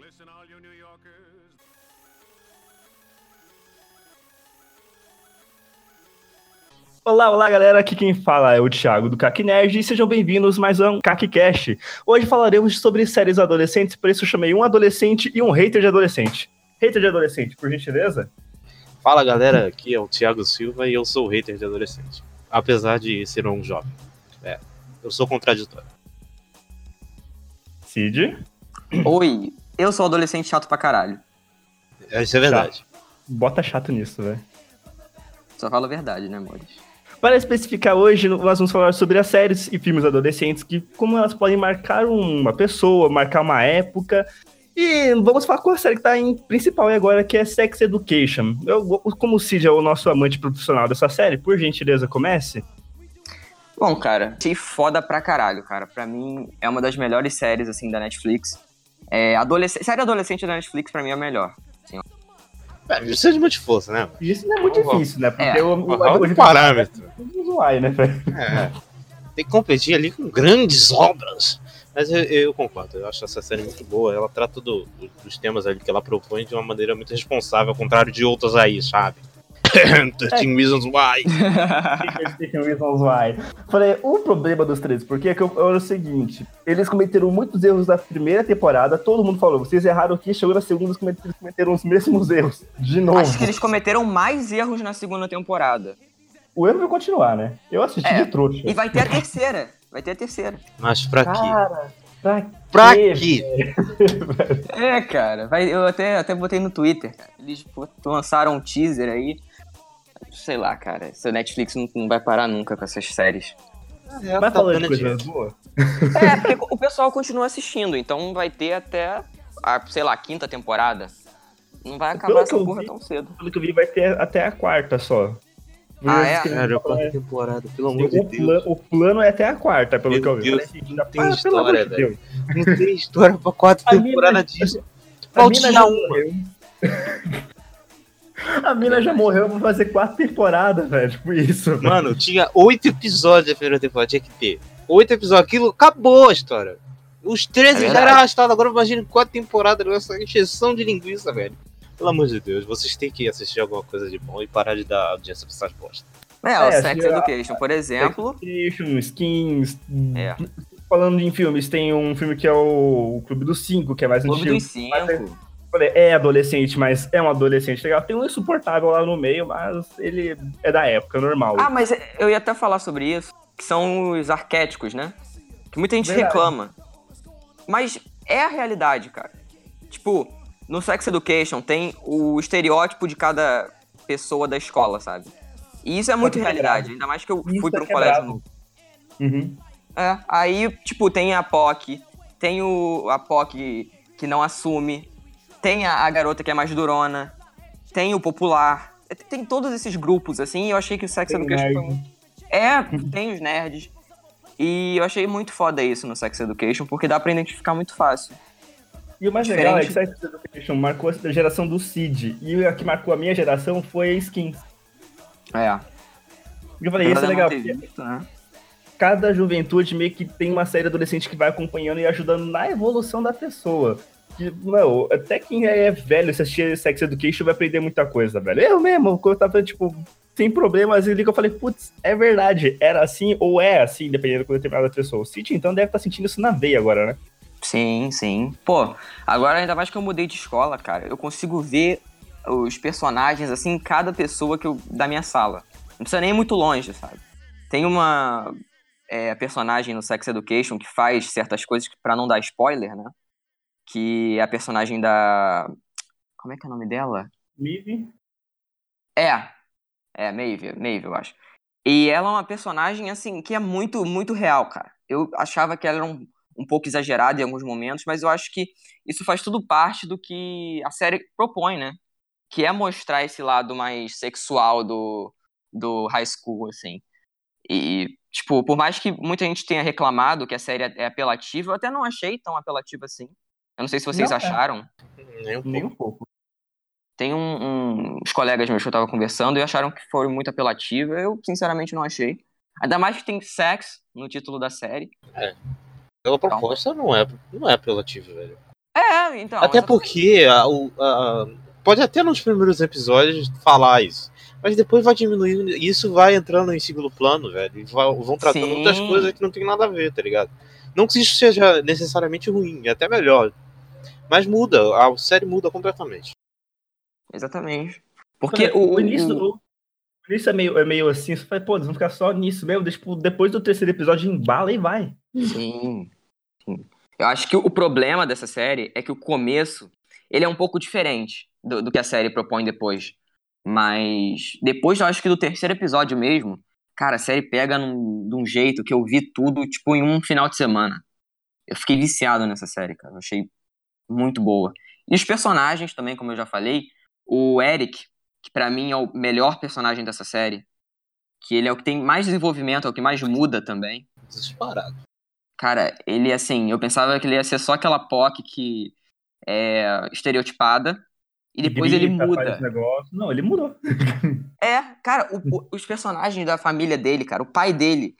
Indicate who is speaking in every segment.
Speaker 1: Listen, all you New Yorkers.
Speaker 2: Olá, olá galera, aqui quem fala é o Thiago do CAC Nerd e sejam bem-vindos mais a um CACcast. Hoje falaremos sobre séries adolescentes, por isso eu chamei um adolescente e um hater de adolescente. Hater de adolescente, por gentileza?
Speaker 3: Fala galera, aqui é o Thiago Silva e eu sou hater de adolescente. Apesar de ser um jovem. É, eu sou contraditório.
Speaker 2: Cid?
Speaker 4: Oi, eu sou adolescente chato pra caralho.
Speaker 3: É, Isso é verdade.
Speaker 2: Bota chato nisso, velho.
Speaker 4: Só fala a verdade, né, Mores?
Speaker 2: Para especificar hoje, nós vamos falar sobre as séries e filmes adolescentes, que como elas podem marcar uma pessoa, marcar uma época. E vamos falar com a série que está em principal e agora, que é Sex Education. Eu, como o Cid é o nosso amante profissional dessa série, por gentileza, comece.
Speaker 4: Bom, cara, achei foda pra caralho, cara. Pra mim, é uma das melhores séries, assim, da Netflix. É, adolesc... Série adolescente da Netflix, pra mim, é a melhor.
Speaker 3: É, precisa de muito força, né? mano?
Speaker 2: Isso não é muito
Speaker 3: Vamos, vamos.
Speaker 2: difícil, né? Porque
Speaker 4: É,
Speaker 2: o, o,
Speaker 3: Olha o parâmetro.
Speaker 2: o Uai, né, velho?
Speaker 3: É. Tem que competir ali com grandes obras. Mas eu, eu concordo, eu acho essa série muito boa. Ela trata do- do- dos temas ali que ela propõe de uma maneira muito responsável, ao contrário de outras aí, sabe? 13 Reasons Why.
Speaker 2: Tem Reasons Why. Falei, o problema dos três, porque é que eu, era o seguinte: eles cometeram muitos erros da primeira temporada, todo mundo falou, vocês erraram aqui, chegou na segunda, eles cometeram, eles cometeram os mesmos erros. De novo.
Speaker 4: Acho que eles cometeram mais erros na segunda temporada.
Speaker 2: O erro vai continuar, né? Eu assisti
Speaker 4: É.
Speaker 2: de trouxa.
Speaker 4: E vai ter a terceira. Vai ter a terceira.
Speaker 3: Mas pra quê?
Speaker 2: Cara, pra quê?
Speaker 3: Pra Ah, quê?
Speaker 4: É, cara. Vai, eu até, até botei no Twitter, cara. Eles bot- lançaram um teaser aí. Sei lá, cara. Essa Netflix não, não vai parar nunca com essas séries.
Speaker 3: Tá
Speaker 2: Vai falando de
Speaker 3: dando
Speaker 2: coisas
Speaker 3: dinheiro.
Speaker 2: boas.
Speaker 4: É, porque o pessoal continua assistindo, então vai ter até, a, sei lá, a quinta temporada. Não vai acabar
Speaker 2: Pelo que
Speaker 4: essa
Speaker 2: eu
Speaker 4: porra
Speaker 2: vi-
Speaker 4: tão cedo.
Speaker 2: Pelo que eu vi, vai ter até a quarta só.
Speaker 4: Ah, é?
Speaker 3: Cara, a quarta temporada, pelo amor de
Speaker 2: o,
Speaker 3: Deus.
Speaker 2: plan- o plano é até a quarta, pelo
Speaker 3: Meu
Speaker 2: que eu vi.
Speaker 3: Deus,
Speaker 2: Falei,
Speaker 3: não
Speaker 2: "Ah,
Speaker 3: tem
Speaker 2: pelo
Speaker 3: história, né?
Speaker 2: amor de
Speaker 3: velho."
Speaker 2: Deus.
Speaker 3: Não tem história pra quatro
Speaker 2: A mina-
Speaker 3: temporadas disso.
Speaker 2: A
Speaker 3: Qual
Speaker 2: mina
Speaker 3: dia
Speaker 2: já
Speaker 3: uma?
Speaker 2: morreu. A mina já morreu pra fazer quatro temporadas, velho. Tipo isso. Mano.
Speaker 3: Mano, tinha oito episódios da primeira temporada, tinha que ter. Oito episódios, aquilo acabou a história. Os 13
Speaker 4: É
Speaker 3: já era
Speaker 4: verdade.
Speaker 3: arrastado, agora imagina quatro temporadas nessa injeção de linguiça, velho. Pelo amor de Deus, vocês têm que assistir alguma coisa de bom e parar de dar audiência pra essas bostas.
Speaker 4: É,
Speaker 2: É,
Speaker 4: o Sex
Speaker 2: se-
Speaker 4: Education, por exemplo.
Speaker 2: Skins.
Speaker 4: É.
Speaker 2: Falando em filmes, tem um filme que é o Clube dos Cinco, que é mais
Speaker 4: Clube
Speaker 2: antigo.
Speaker 4: dos Cinco.
Speaker 2: Falei, É adolescente, mas é um adolescente legal. Tem um insuportável lá no meio, mas ele é da época, normal.
Speaker 4: Ah, mas eu ia até falar sobre isso, que são os arquétipos, né? Que muita gente
Speaker 2: Verdade.
Speaker 4: reclama. Mas é a realidade, cara. Tipo, no Sex Education tem o estereótipo de cada pessoa da escola, sabe? E isso é muito
Speaker 2: que é
Speaker 4: realidade,
Speaker 2: quebrado.
Speaker 4: ainda mais que eu
Speaker 2: Isso
Speaker 4: fui pra um
Speaker 2: é
Speaker 4: colégio
Speaker 2: quebrado.
Speaker 4: novo.
Speaker 2: Uhum.
Speaker 4: É, aí, tipo, tem a POC, tem o, a POC que não assume, tem a, a garota que é mais durona, tem o popular, tem todos esses grupos, assim, e eu achei que o Sex
Speaker 2: Tem
Speaker 4: Education foi
Speaker 2: nerd.
Speaker 4: muito... É, tem os nerds. E eu achei muito foda isso no Sex Education, porque dá pra identificar muito fácil.
Speaker 2: E o mais
Speaker 4: Diferente.
Speaker 2: legal é que Sex Education marcou a geração do Cid. E a que marcou a minha geração foi a Skins.
Speaker 4: É.
Speaker 2: E eu falei, isso é legal. porque
Speaker 4: né?
Speaker 2: cada juventude meio que tem uma série adolescente que vai acompanhando e ajudando na evolução da pessoa. Que, meu, até quem é velho, se assistir Sex Education, vai aprender muita coisa, velho. Eu mesmo, quando eu tava, tipo, sem problemas, e que eu falei, putz, é verdade, era assim ou é assim, dependendo de determinada pessoa. O City, então, deve estar sentindo isso na veia agora, né?
Speaker 4: Sim, sim. Pô, agora ainda mais que eu mudei de escola, cara, eu consigo ver os personagens, assim, em cada pessoa que eu, da minha sala. Não precisa nem ir muito longe, sabe? Tem uma é, personagem no Sex Education que faz certas coisas que- pra não dar spoiler, né? Que é a personagem da. Como é que é o nome dela?
Speaker 2: Live.
Speaker 4: É. É, Maeve, Maeve, eu acho. E ela é uma personagem, assim, que é muito, muito real, cara. Eu achava que ela era um, um pouco exagerada em alguns momentos, mas eu acho que isso faz tudo parte do que a série propõe, né? Que é mostrar esse lado mais sexual do, do high school, assim. E, tipo, por mais que muita gente tenha reclamado que a série é apelativa, eu até não achei tão apelativa assim. Eu não sei se vocês
Speaker 2: Não é.
Speaker 4: acharam.
Speaker 3: Nem um
Speaker 2: Nem
Speaker 3: pouco.
Speaker 2: um pouco.
Speaker 4: Tem um, um- uns colegas meus que eu tava conversando e acharam que foi muito apelativa. Eu, sinceramente, não achei. Ainda mais que tem sexo no título da série.
Speaker 3: É. Pela proposta não é, não é apelativo, velho.
Speaker 4: É, então.
Speaker 3: até
Speaker 4: exatamente.
Speaker 3: porque a- o- a- pode até nos primeiros episódios falar isso. Mas depois vai diminuindo e isso vai entrando em segundo plano, velho. E vai- vão tratando
Speaker 4: Sim.
Speaker 3: outras coisas que não tem nada a ver, tá ligado? Não que isso seja necessariamente ruim, é até melhor. Mas muda, a série muda completamente.
Speaker 4: Exatamente. Porque
Speaker 2: Cara,
Speaker 4: o,
Speaker 2: o início
Speaker 4: o-
Speaker 2: do. o início é meio, é meio assim, você fala, pô, eles vão ficar só nisso mesmo, deixa, tipo, depois do terceiro episódio embala e vai.
Speaker 4: Sim, sim. Eu acho que o problema dessa série é que o começo ele é um pouco diferente do, do que a série propõe depois. Mas depois, eu acho que do terceiro episódio mesmo, cara, a série pega num- de um jeito que eu vi tudo, tipo, em um final de semana. Eu fiquei viciado nessa série, cara. Eu achei muito boa. E os personagens também, como eu já falei, o Eric, que pra mim é o melhor personagem dessa série, que ele é o que tem mais desenvolvimento, é o que mais muda também.
Speaker 3: Disparado.
Speaker 4: Cara, ele assim, eu pensava que ele ia ser só aquela POC que é estereotipada e depois ele
Speaker 2: Grita, faz né?
Speaker 4: muda.
Speaker 2: negócio. Não, ele mudou.
Speaker 4: É, cara, o- o- os personagens da família dele, cara, o pai dele.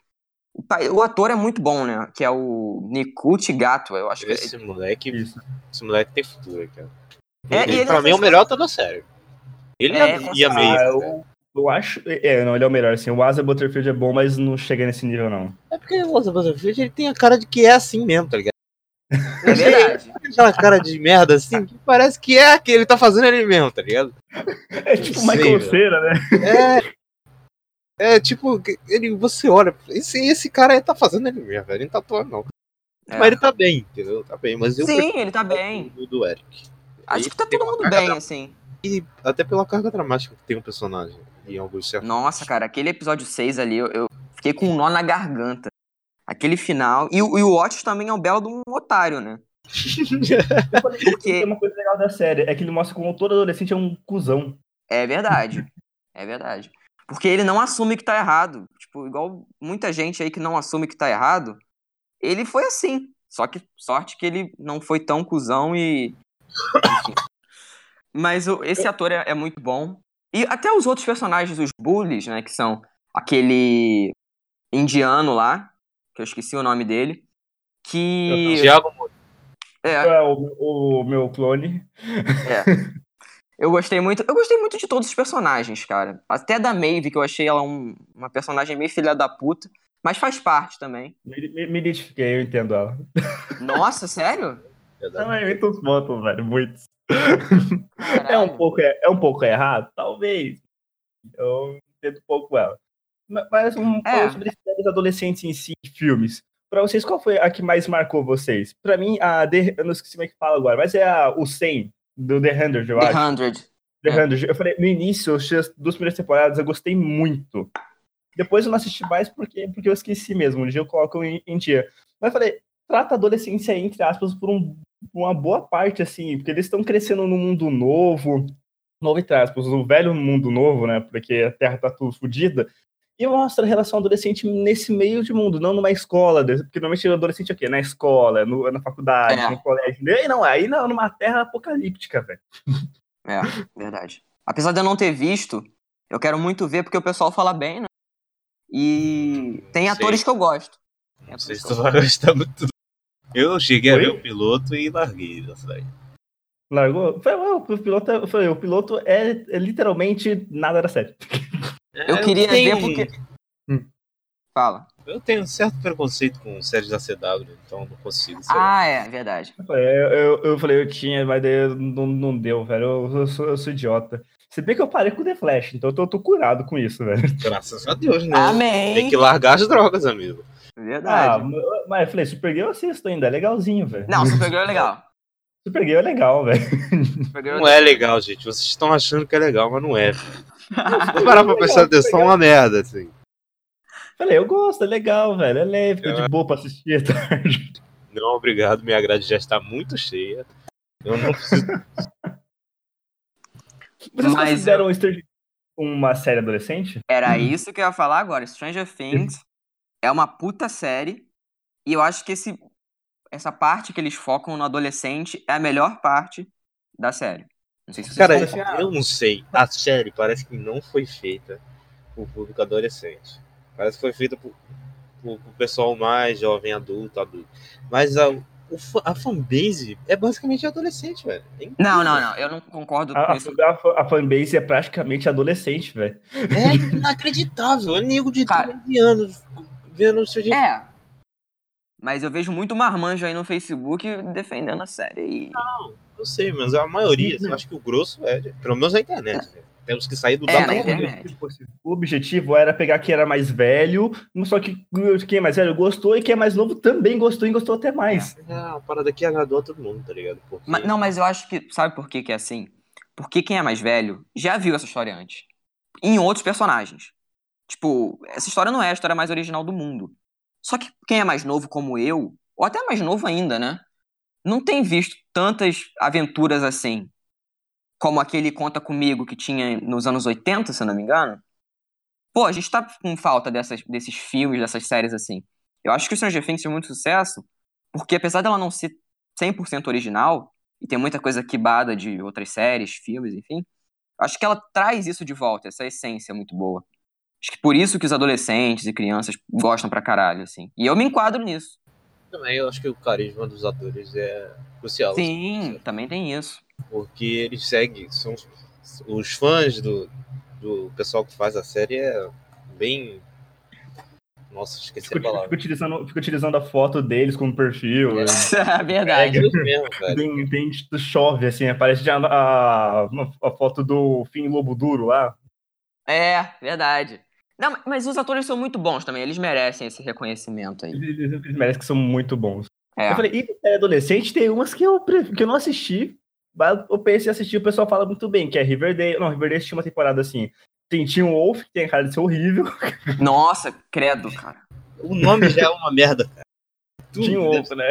Speaker 4: O, pai- o ator é muito bom, né? Que é o Nikut Gato, eu acho que
Speaker 3: Esse moleque,
Speaker 2: Isso.
Speaker 3: esse moleque tem futuro, cara.
Speaker 4: É,
Speaker 3: Ele-
Speaker 4: e ele
Speaker 3: pra
Speaker 4: não
Speaker 3: mim é o
Speaker 4: fez-
Speaker 3: melhor tá na série. Ele
Speaker 4: É,
Speaker 3: é,
Speaker 4: com
Speaker 3: e a
Speaker 4: certeza.
Speaker 3: meia.
Speaker 2: Ah, eu, eu acho. É, não, ele é o melhor, assim. O Asa Butterfield é bom, mas não chega nesse nível, não.
Speaker 3: É porque o Asa Butterfield ele tem a cara de que é assim mesmo, tá ligado?
Speaker 4: é. É verdade.
Speaker 3: Tem aquela cara de merda assim que parece que é que ele tá fazendo ele mesmo, tá ligado?
Speaker 2: É tipo
Speaker 3: sei,
Speaker 2: Michael
Speaker 3: velho.
Speaker 2: Cera, né?
Speaker 3: É. É tipo, ele, você olha, esse, esse cara ele tá fazendo ele mesmo, velho. Ele não tá atuando, não.
Speaker 4: É.
Speaker 3: Mas ele tá bem, entendeu? Tá bem, mas eu
Speaker 4: Sim, ele tá
Speaker 3: prefiro
Speaker 4: bem.
Speaker 3: o do Eric.
Speaker 4: Acho que tá
Speaker 3: tem
Speaker 4: todo
Speaker 3: uma
Speaker 4: mundo
Speaker 3: carga
Speaker 4: bem,
Speaker 3: dra-
Speaker 4: assim.
Speaker 3: E até pela carga dramática que tem o personagem em alguns certos.
Speaker 4: Nossa, cara, aquele episódio 6 ali, eu, eu fiquei com um nó na garganta. Aquele final. E, o- e o Otis também é um belo de um otário, né? Porque.
Speaker 2: Tem uma coisa legal da série, é que ele mostra como todo adolescente é um cuzão.
Speaker 4: É verdade. É verdade. Porque ele não assume que tá errado. Tipo, igual muita gente aí que não assume que tá errado, ele foi assim. Só que sorte que ele não foi tão cuzão e. Enfim. Mas o- esse ator é, é muito bom. E até os outros personagens, os bullies, né? Que são aquele indiano lá, que eu esqueci o nome dele. Que.
Speaker 3: Thiago Moura.
Speaker 4: É,
Speaker 2: É o, o meu clone.
Speaker 4: Eu gostei muito. Eu gostei muito de todos os personagens, cara. Até da Maeve, que eu achei ela um- uma personagem meio filha da puta, mas faz parte também.
Speaker 2: Me, me- me identifiquei, eu entendo ela.
Speaker 4: Nossa, sério?
Speaker 2: Não, é muitos pontos, velho, muitos. É um
Speaker 4: Caralho.
Speaker 2: pouco, é, é um pouco errado? Talvez. Eu entendo um pouco ela. Ma- Mas um
Speaker 4: É.
Speaker 2: falando sobre séries adolescentes em si, e filmes. Pra vocês, qual foi a que mais marcou vocês? Pra mim, a The, eu não esqueci como é que fala agora, mas é a, o 100 do The 100, eu
Speaker 4: The
Speaker 2: acho.
Speaker 4: 100.
Speaker 2: The
Speaker 4: é.
Speaker 2: 100. Eu falei, no início, eu assisti as duas primeiras temporadas, eu gostei muito. Depois eu não assisti mais porque, porque eu esqueci mesmo. Um dia eu coloco em, em dia. Mas eu falei, trata a adolescência, entre aspas, por um- uma boa parte, assim, porque eles estão crescendo num mundo novo. Novo, entre aspas, o velho mundo novo, né? Porque a Terra tá tudo fodida. E mostra a relação adolescente nesse meio de mundo, não numa escola. des- Porque normalmente o adolescente é o quê? Na escola, é no- é na faculdade,
Speaker 4: É.
Speaker 2: no colégio. né? E aí não, aí não, numa terra apocalíptica, velho.
Speaker 4: É, verdade. Apesar de eu não ter visto, eu quero muito ver porque o pessoal fala bem, né? E tem
Speaker 3: Sim.
Speaker 4: atores que eu gosto. Tem
Speaker 3: Não
Speaker 4: atores
Speaker 3: sei se
Speaker 4: que
Speaker 3: tu
Speaker 4: eu
Speaker 3: vai gostar muito. Eu cheguei
Speaker 2: Oi?
Speaker 3: a ver o piloto e larguei dessa daí.
Speaker 2: Largou? Foi, ué, o piloto, é- foi, o piloto é, é literalmente nada da série.
Speaker 4: Eu queria
Speaker 3: É, tenho-
Speaker 4: ver porque-
Speaker 2: Hum.
Speaker 4: Fala.
Speaker 3: Eu tenho um certo preconceito com séries da CW, então eu não consigo. sei lá.
Speaker 4: Ah, é, verdade.
Speaker 2: Eu, falei, eu, eu- eu falei, eu tinha, mas daí eu não, não deu, velho. Eu, eu sou, eu sou idiota. Se bem que eu parei com o The Flash, então eu tô, eu tô curado com isso, velho.
Speaker 3: Graças a Deus, né?
Speaker 2: é
Speaker 3: Tem
Speaker 4: Amém.
Speaker 3: que largar as drogas, amigo.
Speaker 2: Ah,
Speaker 4: Verdade.
Speaker 2: mas eu falei, Supergirl eu assisto ainda, é legalzinho, velho.
Speaker 4: Não, Supergirl é legal.
Speaker 2: Supergirl é legal, velho.
Speaker 4: Supergirl
Speaker 3: Não é legal, gente. Vocês estão achando que é legal, mas não é. Se
Speaker 2: Não,
Speaker 3: você parar pra
Speaker 2: é
Speaker 3: prestar
Speaker 2: legal,
Speaker 3: atenção, é uma merda, assim.
Speaker 2: Eu Falei, eu gosto, é legal, velho. É leve, tô de boa pra assistir. tá?
Speaker 3: Não, obrigado. Minha grade já está muito cheia. Eu não preciso.
Speaker 2: Vocês
Speaker 4: Mas
Speaker 2: consideram Stranger Things uma série adolescente?
Speaker 4: Era isso que eu ia falar agora. Stranger Things é uma puta série. E eu acho que esse, essa parte que eles focam no adolescente é a melhor parte da série. Não sei se vocês
Speaker 3: Cara,
Speaker 4: concordam.
Speaker 3: eu não sei. A série parece que não foi feita pro público adolescente. Parece que foi feita pro, pro pro, pro pessoal mais jovem, adulto, adulto. Mas a, o fa- a fanbase é basicamente adolescente, velho. É incrível.
Speaker 4: Não, não, não. Eu não concordo com
Speaker 2: A, a,
Speaker 4: isso.
Speaker 2: a- a fanbase é praticamente adolescente, velho.
Speaker 3: É inacreditável. É nego de
Speaker 4: Cara.
Speaker 3: 13 anos vendo o seu jeito.
Speaker 4: É. Mas eu vejo muito marmanjo aí no Facebook defendendo a série. E...
Speaker 3: Eu sei, mas a maioria, eu acho que o grosso é, pelo menos na internet. né? Tem os que saíram do né?
Speaker 4: É,
Speaker 3: data room.
Speaker 4: na internet.
Speaker 2: tipo, O objetivo era pegar quem era mais velho, só que quem é mais velho gostou e quem é mais novo também gostou e gostou até mais.
Speaker 3: É uma parada que agradou a todo mundo, tá ligado? Porque-
Speaker 4: Ma- não, mas eu acho que. Sabe por que, que é assim? Porque quem é mais velho já viu essa história antes. Em outros personagens. Tipo, essa história não é a história mais original do mundo. Só que quem é mais novo, como eu, ou até mais novo ainda, né? Não tem visto tantas aventuras assim. Como aquele Conta Comigo que tinha nos anos 80, se eu não me engano. Pô, a gente tá com falta dessas, desses filmes, dessas séries assim. Eu acho que o Stranger Things fez muito sucesso, porque apesar dela não ser 100% original, e tem muita coisa quibada de outras séries, filmes, enfim. Acho que ela traz isso de volta, essa essência muito boa. Acho que por isso que os adolescentes e crianças gostam pra caralho, assim. E eu me enquadro nisso.
Speaker 3: Também eu acho que o carisma dos atores é crucial.
Speaker 4: Sim, também tem isso.
Speaker 3: Porque eles seguem, são os, os fãs do, do pessoal que faz a série é bem. Nossa, esqueci
Speaker 2: Fico,
Speaker 4: é
Speaker 3: a palavra.
Speaker 2: fico utilizando, fico utilizando a foto deles como perfil. né?
Speaker 4: É verdade.
Speaker 3: É isso mesmo, velho.
Speaker 2: Tem, tem tipo, chove, assim, aparece já a, a foto do Fim Lobo Duro lá.
Speaker 4: É, verdade. Não, mas os atores são muito bons também, eles merecem esse reconhecimento aí.
Speaker 2: Eles, eles merecem que são muito bons.
Speaker 4: É.
Speaker 2: Eu falei, e série adolescente tem umas que eu, pre- que eu não assisti, mas eu pensei em assistir, o pessoal fala muito bem, que é Riverdale. Não, Riverdale tinha uma temporada assim. Tem Tim Wolf, que tem a cara de ser horrível.
Speaker 4: Nossa, credo, cara.
Speaker 3: O nome já é uma merda, cara. Tudo
Speaker 2: Tim
Speaker 3: deve
Speaker 2: Wolf, né?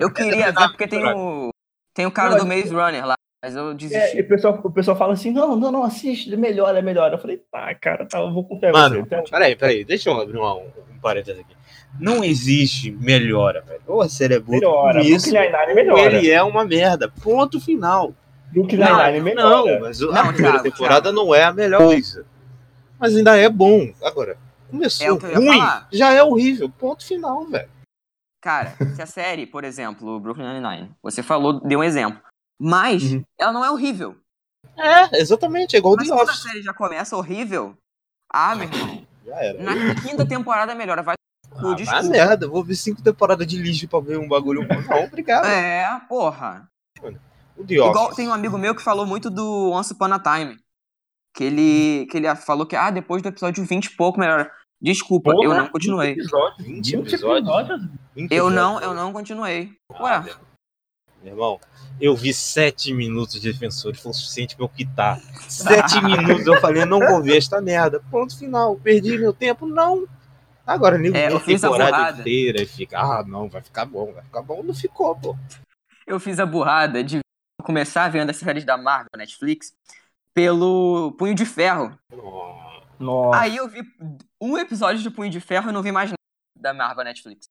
Speaker 4: Eu queria ver porque tem o. Tem o cara
Speaker 2: Não,
Speaker 4: do Maze Runner lá, mas eu
Speaker 2: É, e
Speaker 4: desisti.
Speaker 2: o pessoal, o pessoal fala assim: não, não, não, assiste, melhor, é melhor. Eu falei, tá, cara, tá, eu vou confiar em
Speaker 3: Mano,
Speaker 2: você. Então,
Speaker 3: Peraí, peraí, deixa eu abrir uma- um, um parênteses aqui. Não existe melhora, velho. Ou a série é boa,
Speaker 2: melhora,
Speaker 3: tudo isso,
Speaker 2: Brooklyn Nine-Nine
Speaker 3: ou
Speaker 2: melhora. é
Speaker 3: ele é uma merda. Ponto final.
Speaker 2: Brooklyn
Speaker 4: Não,
Speaker 2: Nine-Nine
Speaker 3: Não,
Speaker 2: melhora.
Speaker 3: mas a
Speaker 4: Não, é
Speaker 3: primeira
Speaker 4: Thiago,
Speaker 3: temporada não é a melhor coisa. Mas ainda é bom. Agora, começou
Speaker 4: É o que eu ia
Speaker 3: ruim,
Speaker 4: falar.
Speaker 3: já é horrível. Ponto final, velho.
Speaker 4: Cara, se a série, por exemplo, o Brooklyn Nine-Nine, você falou, deu um exemplo. Mas
Speaker 2: Uhum.
Speaker 4: ela não é horrível.
Speaker 3: É, exatamente, é igual
Speaker 4: Mas
Speaker 3: The
Speaker 4: quando a
Speaker 3: Office.
Speaker 4: série já começa horrível, ah, meu irmão,
Speaker 3: Já era.
Speaker 4: na quinta temporada melhora, vai
Speaker 3: Ah,
Speaker 4: cu,
Speaker 3: mas
Speaker 4: desculpa.
Speaker 3: merda, eu vou ver cinco temporadas de lixo pra ver um bagulho bom. Não, obrigado.
Speaker 4: É, porra.
Speaker 3: O The Office.
Speaker 4: Igual tem um amigo meu que falou muito do Once Upon a Time. Que ele, que ele falou que, ah, depois do episódio 20 e pouco melhor. Desculpa, eu não continuei.
Speaker 2: Episódios,
Speaker 3: 20
Speaker 2: 20
Speaker 3: episódios.
Speaker 2: episódios.
Speaker 3: 20
Speaker 4: Eu não,
Speaker 3: episódios.
Speaker 4: eu não continuei.
Speaker 3: Ah,
Speaker 4: Ué,
Speaker 3: meu- Meu irmão, eu vi sete minutos de defensores, foi o suficiente pra eu quitar. Sete minutos eu falei, não vou ver esta merda. Ponto final, perdi meu tempo, não. Agora nego
Speaker 4: É,
Speaker 3: vê
Speaker 4: eu
Speaker 3: a
Speaker 4: fiz a
Speaker 3: temporada
Speaker 4: burrada.
Speaker 3: inteira e fica, ah, não, vai ficar bom, vai ficar bom, não ficou, pô.
Speaker 4: eu fiz a burrada de começar vendo as séries da Marvel na Netflix pelo Punho de Ferro.
Speaker 3: Nossa.
Speaker 2: Nossa.
Speaker 4: Aí eu vi um episódio de Punho de Ferro e não vi mais nada da Marvel Netflix.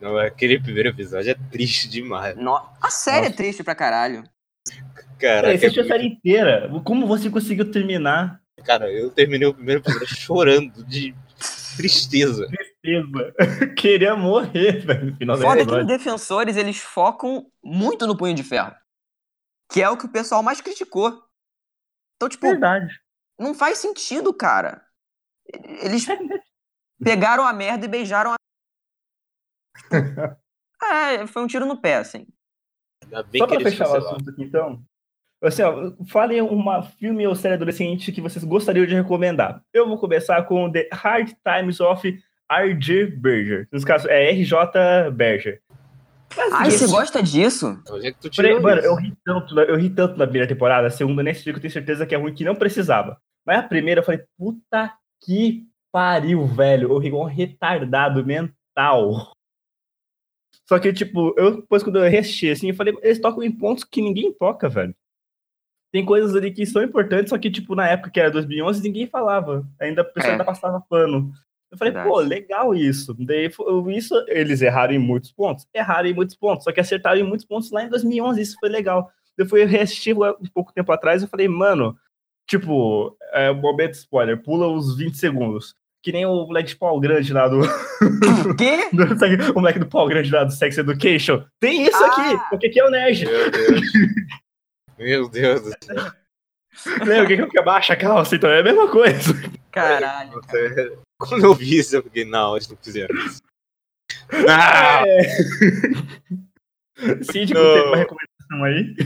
Speaker 3: Não, aquele primeiro episódio é triste demais,
Speaker 4: No- A série
Speaker 2: Nossa.
Speaker 4: é triste pra caralho.
Speaker 3: cara.
Speaker 2: Cara, assiste
Speaker 3: é
Speaker 2: a série inteira. Como você conseguiu terminar?
Speaker 3: Cara, eu terminei o primeiro episódio chorando de tristeza.
Speaker 2: Pesa. Queria morrer, velho, no final da
Speaker 4: Foda que no
Speaker 2: episódio.
Speaker 4: Defensores eles focam muito no Punho de Ferro. Que é o que o pessoal mais criticou. Então, tipo,
Speaker 2: Verdade.
Speaker 4: não faz sentido, cara. Eles pegaram a merda e beijaram a. Tipo, É, foi um tiro no pé, assim.
Speaker 3: Ainda bem
Speaker 2: Só
Speaker 3: que
Speaker 2: pra
Speaker 3: eles
Speaker 2: fechar o
Speaker 3: cancelaram.
Speaker 2: assunto aqui, então. Assim, ó, falem uma filme ou série adolescente que vocês gostariam de recomendar. Eu vou começar com The Hard Times of R.J. Berger. No caso, é R.J. Berger. Mas,
Speaker 4: Ai,
Speaker 2: gente,
Speaker 4: você gosta disso?
Speaker 3: Onde é que tu
Speaker 2: Pre-
Speaker 3: tirou
Speaker 2: Mano,
Speaker 3: isso?
Speaker 2: eu ri tanto, na- eu ri tanto na primeira temporada, a segunda nem assisti, que eu tenho certeza que é ruim, que não precisava. Mas a primeira eu falei, puta que pariu, velho. Eu ri igual um retardado mental. Só que, tipo, eu depois quando eu reassisti, assim, eu falei, eles tocam em pontos que ninguém toca, velho. Tem coisas ali que são importantes, só que, tipo, na época que era 2011, ninguém falava. Ainda a pessoa
Speaker 4: É.
Speaker 2: ainda passava pano. Eu falei,
Speaker 4: Verdade.
Speaker 2: pô, legal isso. Daí, fo- eu- isso eles erraram em muitos pontos. Erraram em muitos pontos, só que acertaram em muitos pontos lá em 2011. Isso foi legal. Eu fui reassistir lá um pouco um tempo atrás eu falei, mano, tipo, é, momento spoiler, pula os 20 segundos. que nem o moleque de pau grande lá do.
Speaker 4: Quê?
Speaker 2: do- sabe, o moleque do pau grande lá do Sex Education. Tem isso
Speaker 4: Ah!
Speaker 2: aqui! O que que é o nerd?
Speaker 3: Meu Deus. Meu Deus do céu.
Speaker 2: Né, O que que é o que abaixa a calça? Então é a mesma coisa.
Speaker 4: Caralho.
Speaker 3: Você- É. Quando eu vi isso, eu fiquei, não, eles não fizeram isso. Ah! Não!
Speaker 2: Cid, que tipo, tem
Speaker 3: Não.
Speaker 2: uma recomendação aí.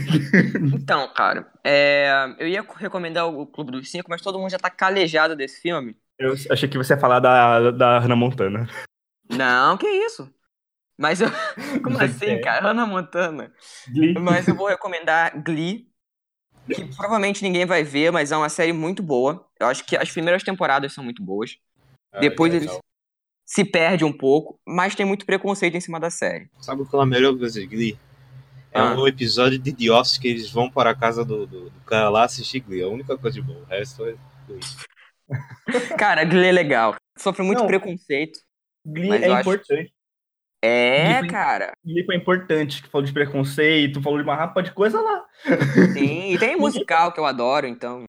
Speaker 4: Então, cara, é, eu ia recomendar o Clube dos Cinco, mas todo mundo já tá calejado desse filme.
Speaker 2: Eu achei que você ia falar da, da Hannah Montana.
Speaker 4: Não, que isso. Mas eu. Como assim, cara? Hannah Montana.
Speaker 2: Glee.
Speaker 4: Mas eu vou recomendar Glee, que provavelmente ninguém vai ver, mas é uma série muito boa. Eu acho que as primeiras temporadas são muito boas. Depois
Speaker 3: Ah,
Speaker 4: eles-
Speaker 3: legal.
Speaker 4: Se perde um pouco, mas tem muito preconceito em cima da série.
Speaker 3: Sabe qual é a melhor coisa de Glee? É
Speaker 4: Ah.
Speaker 3: um episódio de The Office que eles vão para a casa do, do, do cara lá assistir Glee. É a única coisa de boa. O resto é ruim.
Speaker 4: Cara, Glee é legal. Sofre muito
Speaker 2: Não.
Speaker 4: preconceito.
Speaker 2: Glee
Speaker 4: mas
Speaker 2: é
Speaker 4: eu acho-
Speaker 2: importante.
Speaker 4: É,
Speaker 2: Glee-
Speaker 4: cara.
Speaker 2: Lipo é importante, que falou de preconceito, falou de uma rapa de coisa lá.
Speaker 4: Sim. E tem musical que eu adoro, então.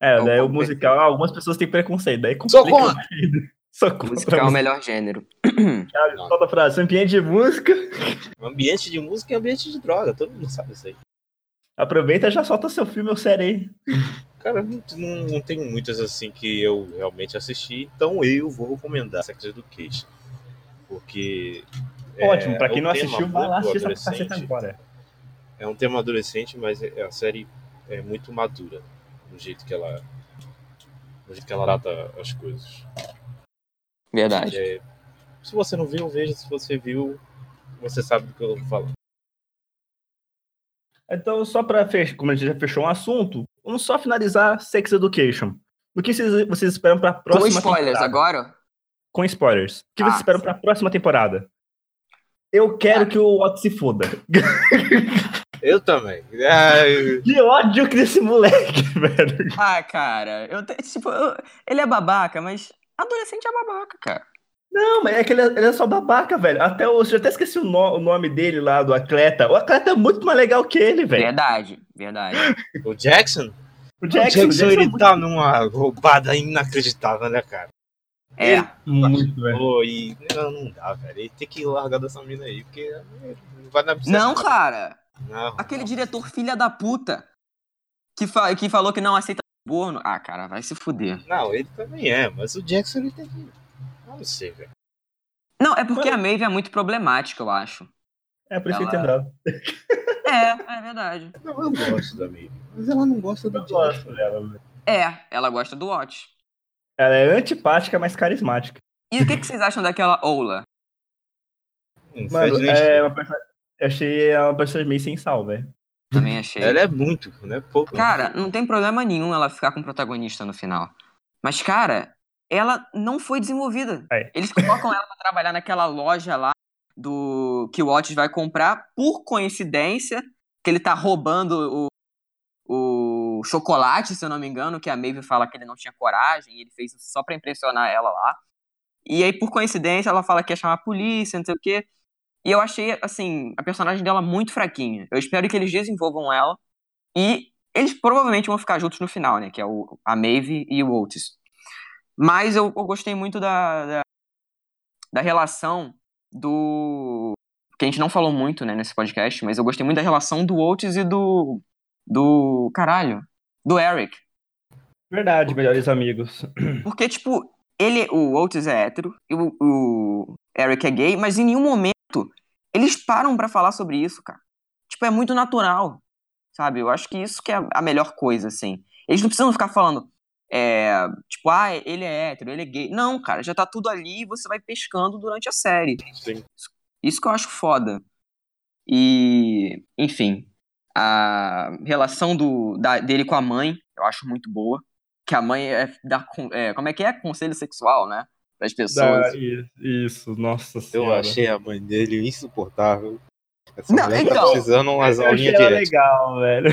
Speaker 2: É,
Speaker 4: Não,
Speaker 2: daí o
Speaker 4: com
Speaker 2: musical, ah, algumas pessoas têm preconceito, daí
Speaker 3: Sou
Speaker 2: complica.
Speaker 3: contra!
Speaker 2: a vida. Sou
Speaker 4: Musical é
Speaker 2: contra.
Speaker 4: o melhor gênero.
Speaker 2: Cara, solta a frase, ambiente de música,
Speaker 3: O ambiente de música é ambiente de droga. Todo mundo sabe isso aí.
Speaker 2: aproveita e já solta seu filme ou série aí.
Speaker 3: Cara, não, não, não tem muitas assim que eu realmente assisti, então eu vou recomendar Sex Education. Porque. é,
Speaker 2: Ótimo, pra
Speaker 3: é
Speaker 2: quem
Speaker 3: um
Speaker 2: não
Speaker 3: tema
Speaker 2: assistiu, vai lá
Speaker 3: muito
Speaker 2: assistir essa
Speaker 3: adolescente.
Speaker 2: caceta agora.
Speaker 3: É um tema adolescente, mas é- a série é muito madura no jeito que ela. No jeito que ela trata as coisas.
Speaker 4: Verdade.
Speaker 3: É, se você não viu, veja. Se você viu, você sabe do que eu vou falar.
Speaker 2: Então, só pra fechar, como a gente já fechou um assunto, vamos só finalizar Sex Education. O que vocês, vocês esperam pra
Speaker 4: Com
Speaker 2: próxima
Speaker 4: spoilers
Speaker 2: temporada?
Speaker 4: agora?
Speaker 2: Com spoilers. O que vocês
Speaker 4: Ah, Tá.
Speaker 2: esperam pra próxima temporada? Eu quero que o Otto se foda.
Speaker 3: Eu também. Ai,
Speaker 2: Que ódio que desse moleque, velho.
Speaker 4: Ah, cara. Eu, te- tipo, eu- ele é babaca, mas adolescente é babaca, cara.
Speaker 2: Não, mas é que ele é, ele é só babaca, velho. Até o, eu já até esqueci o, no- o nome dele lá, do atleta. O atleta é muito mais legal que ele,
Speaker 3: É.
Speaker 2: velho.
Speaker 4: Verdade, verdade.
Speaker 3: o Jackson?
Speaker 2: O
Speaker 3: O
Speaker 2: Jackson,
Speaker 3: Jackson,
Speaker 2: o Jackson é
Speaker 3: ele
Speaker 2: muito-
Speaker 3: tá numa roubada inacreditável, né, cara?
Speaker 4: É.
Speaker 2: tá muito, velho.
Speaker 3: Pô, e não, não dá, velho. Ele tem que largar dessa mina aí, porque não vai dar
Speaker 4: Não, cara.
Speaker 3: Não,
Speaker 4: Aquele diretor filha da puta que, fa- que falou que não aceita suborno. Ah, cara, vai se fuder.
Speaker 3: não, ele também é, mas o Jackson ele tem que. Eu Não sei, velho.
Speaker 4: Não, é porque a Maeve é muito problemática, eu acho.
Speaker 2: É por isso que eu tenho
Speaker 4: Ela-
Speaker 2: dado.
Speaker 4: É, é verdade.
Speaker 3: Não, eu gosto da Maeve. Mas ela não gosta do
Speaker 2: Eu
Speaker 3: Jackson.
Speaker 2: gosto dela, velho.
Speaker 4: É, ela gosta do Watch.
Speaker 2: Ela é antipática, mas carismática.
Speaker 4: E o que, que vocês acham daquela Ola?
Speaker 3: Não
Speaker 2: Mano,
Speaker 3: faz nem
Speaker 2: é
Speaker 3: cheiro.
Speaker 2: uma pessoa... eu achei ela uma personagem meio sem sal, velho.
Speaker 4: Também achei.
Speaker 3: Ela é muito, não é pouco.
Speaker 4: Cara, não tem problema nenhum ela ficar com protagonista no final. Mas, cara, ela não foi desenvolvida.
Speaker 2: Aí.
Speaker 4: Eles colocam ela pra trabalhar naquela loja lá do que o Otis vai comprar por coincidência, que ele tá roubando o, o chocolate, se eu não me engano, que a Maeve fala que ele não tinha coragem, e ele fez isso só pra impressionar ela lá. E aí, por coincidência, ela fala que ia chamar a polícia, não sei o quê. E eu achei, assim, a personagem dela muito fraquinha. Eu espero que eles desenvolvam ela. E eles provavelmente vão ficar juntos no final, né? Que é o, a Maeve e o Otis. Mas eu, eu gostei muito da, da, da relação do. Que a gente não falou muito, né, nesse podcast, mas eu gostei muito da relação do Otis e do. Do. Caralho. Do Eric.
Speaker 2: Verdade, melhores amigos.
Speaker 4: Porque, tipo, ele. O Otis é hétero e o, o Eric é gay, mas em nenhum momento eles param pra falar sobre isso, cara. Tipo, é muito natural, sabe? Eu acho que isso que é a melhor coisa, assim. Eles não precisam ficar falando, é, tipo, ah, ele é hétero, ele é gay. Não, cara, já tá tudo ali e você vai pescando durante a série.
Speaker 3: Sim.
Speaker 4: Isso que eu acho foda. E, enfim, a relação do, da- dele com a mãe, eu acho muito boa. Que a mãe é, dá, con- é, como é que é? Conselho sexual, né? Das pessoas.
Speaker 2: Da- i- Isso, nossa
Speaker 3: Eu
Speaker 2: senhora.
Speaker 3: achei a mãe dele insuportável. Essa
Speaker 4: Não,
Speaker 3: mulher tá
Speaker 4: então-
Speaker 3: precisando umas
Speaker 2: Eu achei
Speaker 3: aulinhas
Speaker 2: ela
Speaker 3: direto.
Speaker 2: legal, velho.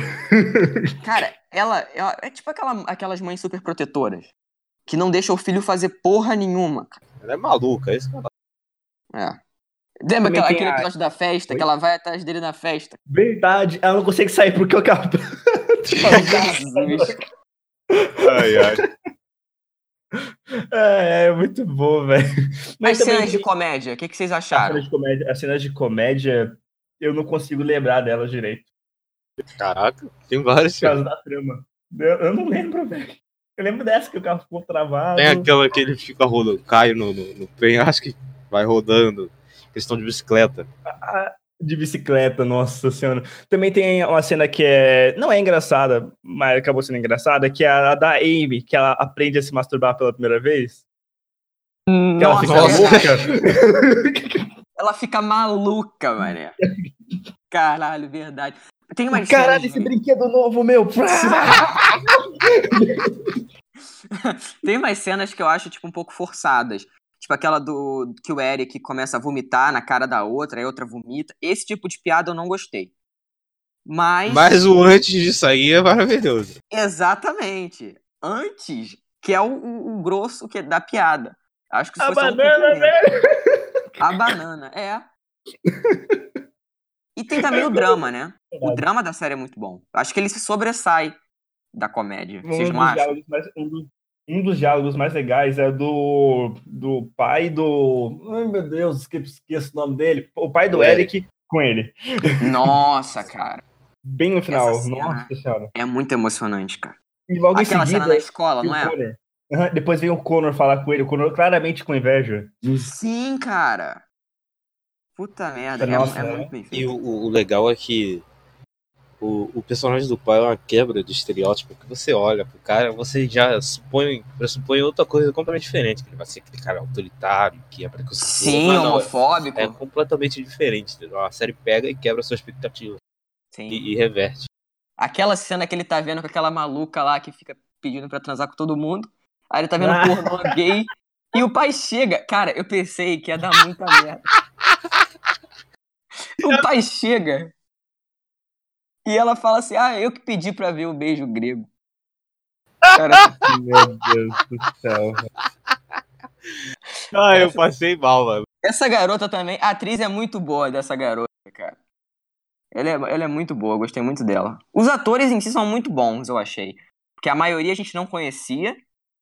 Speaker 4: Cara, ela, ela- é tipo aquela, aquelas mães super protetoras. Que não deixa o filho fazer porra nenhuma. cara.
Speaker 3: Ela é maluca, é isso que ela
Speaker 4: É.
Speaker 2: Também
Speaker 4: Lembra aquela,
Speaker 2: tem
Speaker 4: aquele
Speaker 2: a-
Speaker 4: episódio da festa?
Speaker 2: Oi?
Speaker 4: Que ela vai atrás dele na festa.
Speaker 2: Verdade, ela não consegue sair porque eu
Speaker 4: Tipo,
Speaker 2: acabo.
Speaker 4: Jesus.
Speaker 3: Uh, Ai, ai.
Speaker 2: É, é muito bom, velho.
Speaker 4: Mas
Speaker 2: também
Speaker 4: cenas de
Speaker 2: tem
Speaker 4: comédia, o que, que vocês
Speaker 2: as
Speaker 4: acharam?
Speaker 2: cenas de comédia- as cenas de comédia, eu não consigo lembrar delas direito.
Speaker 3: Caraca, tem várias.
Speaker 2: Por causa da trama. Eu, eu não lembro, velho. Eu lembro dessa que o carro ficou travado.
Speaker 3: Tem aquela que ele fica rodando, cai no, no, no penhasco e vai rodando. Questão de bicicleta.
Speaker 2: De bicicleta, nossa senhora. Também tem uma cena que é. Não é engraçada, mas acabou sendo engraçada, que é a da Amy, que ela aprende a se masturbar pela primeira vez. Que ela fica
Speaker 3: Nossa.
Speaker 2: louca.
Speaker 4: Ela fica maluca, mané. Caralho, verdade. Tem umas
Speaker 2: Caralho,
Speaker 4: cenas,
Speaker 2: esse brinquedo novo, meu!
Speaker 4: Tem umas cenas que eu acho, tipo, um pouco forçadas. Tipo aquela do que o Eric começa a vomitar na cara da outra, aí a outra vomita. Esse tipo de piada eu não gostei. Mas,
Speaker 3: Mas o antes disso aí é maravilhoso.
Speaker 4: exatamente. Antes, que é o, o- o grosso que é da piada. Acho que se
Speaker 2: A
Speaker 4: fosse algum
Speaker 2: banana,
Speaker 4: complemento.
Speaker 2: velho!
Speaker 4: um A banana, é. E tem também o drama, né? O drama da série é muito bom. Acho que ele se sobressai da comédia.
Speaker 2: Um
Speaker 4: Vocês
Speaker 2: dos,
Speaker 4: não acham?
Speaker 2: diálogos mais, um, dos, um dos diálogos mais legais é do, do pai do. Ai, meu Deus, esque- esqueço o nome dele. O pai do
Speaker 3: O Eric.
Speaker 2: Eric com ele.
Speaker 4: Nossa, cara.
Speaker 2: Bem no final.
Speaker 4: Essa cena.
Speaker 2: Nossa senhora.
Speaker 4: É muito emocionante, cara.
Speaker 2: E logo
Speaker 4: Aquela
Speaker 2: em
Speaker 4: cena
Speaker 2: seguida.
Speaker 4: na escola,
Speaker 2: vem
Speaker 4: não
Speaker 2: o
Speaker 4: é?
Speaker 2: Connor. Aham, Depois vem o Connor falar com ele, o Connor claramente com inveja.
Speaker 4: Sim, cara. Puta merda. é-
Speaker 2: Nossa,
Speaker 4: é,
Speaker 2: né?
Speaker 4: muito bem
Speaker 3: E
Speaker 4: feito.
Speaker 3: o, o- o legal é que o, o personagem do pai é uma quebra de estereótipo que você olha pro cara, você já supõe, pressupõe outra coisa completamente diferente. Que ele vai ser aquele cara autoritário, que é preconceituoso.
Speaker 4: Sim,
Speaker 3: Mas não,
Speaker 4: homofóbico.
Speaker 3: é completamente diferente. entendeu? A série pega e quebra a sua expectativa
Speaker 4: Sim.
Speaker 3: e, e reverte.
Speaker 4: Aquela cena que ele tá vendo com aquela maluca lá que fica pedindo pra transar com todo mundo. Aí ele tá vendo
Speaker 2: Ah.
Speaker 4: um pornô gay. E o pai chega. Cara, eu pensei que ia dar muita merda. O pai chega. E ela fala assim: Ah, eu que pedi pra ver o beijo grego. Cara,
Speaker 2: Meu Deus do céu.
Speaker 3: Ah, eu passei mal, mano.
Speaker 4: essa garota também. A atriz é muito boa dessa garota, cara. Ela é, ela é muito boa, eu gostei muito dela. Os atores em si são muito bons, eu achei. Porque a maioria a gente não conhecia,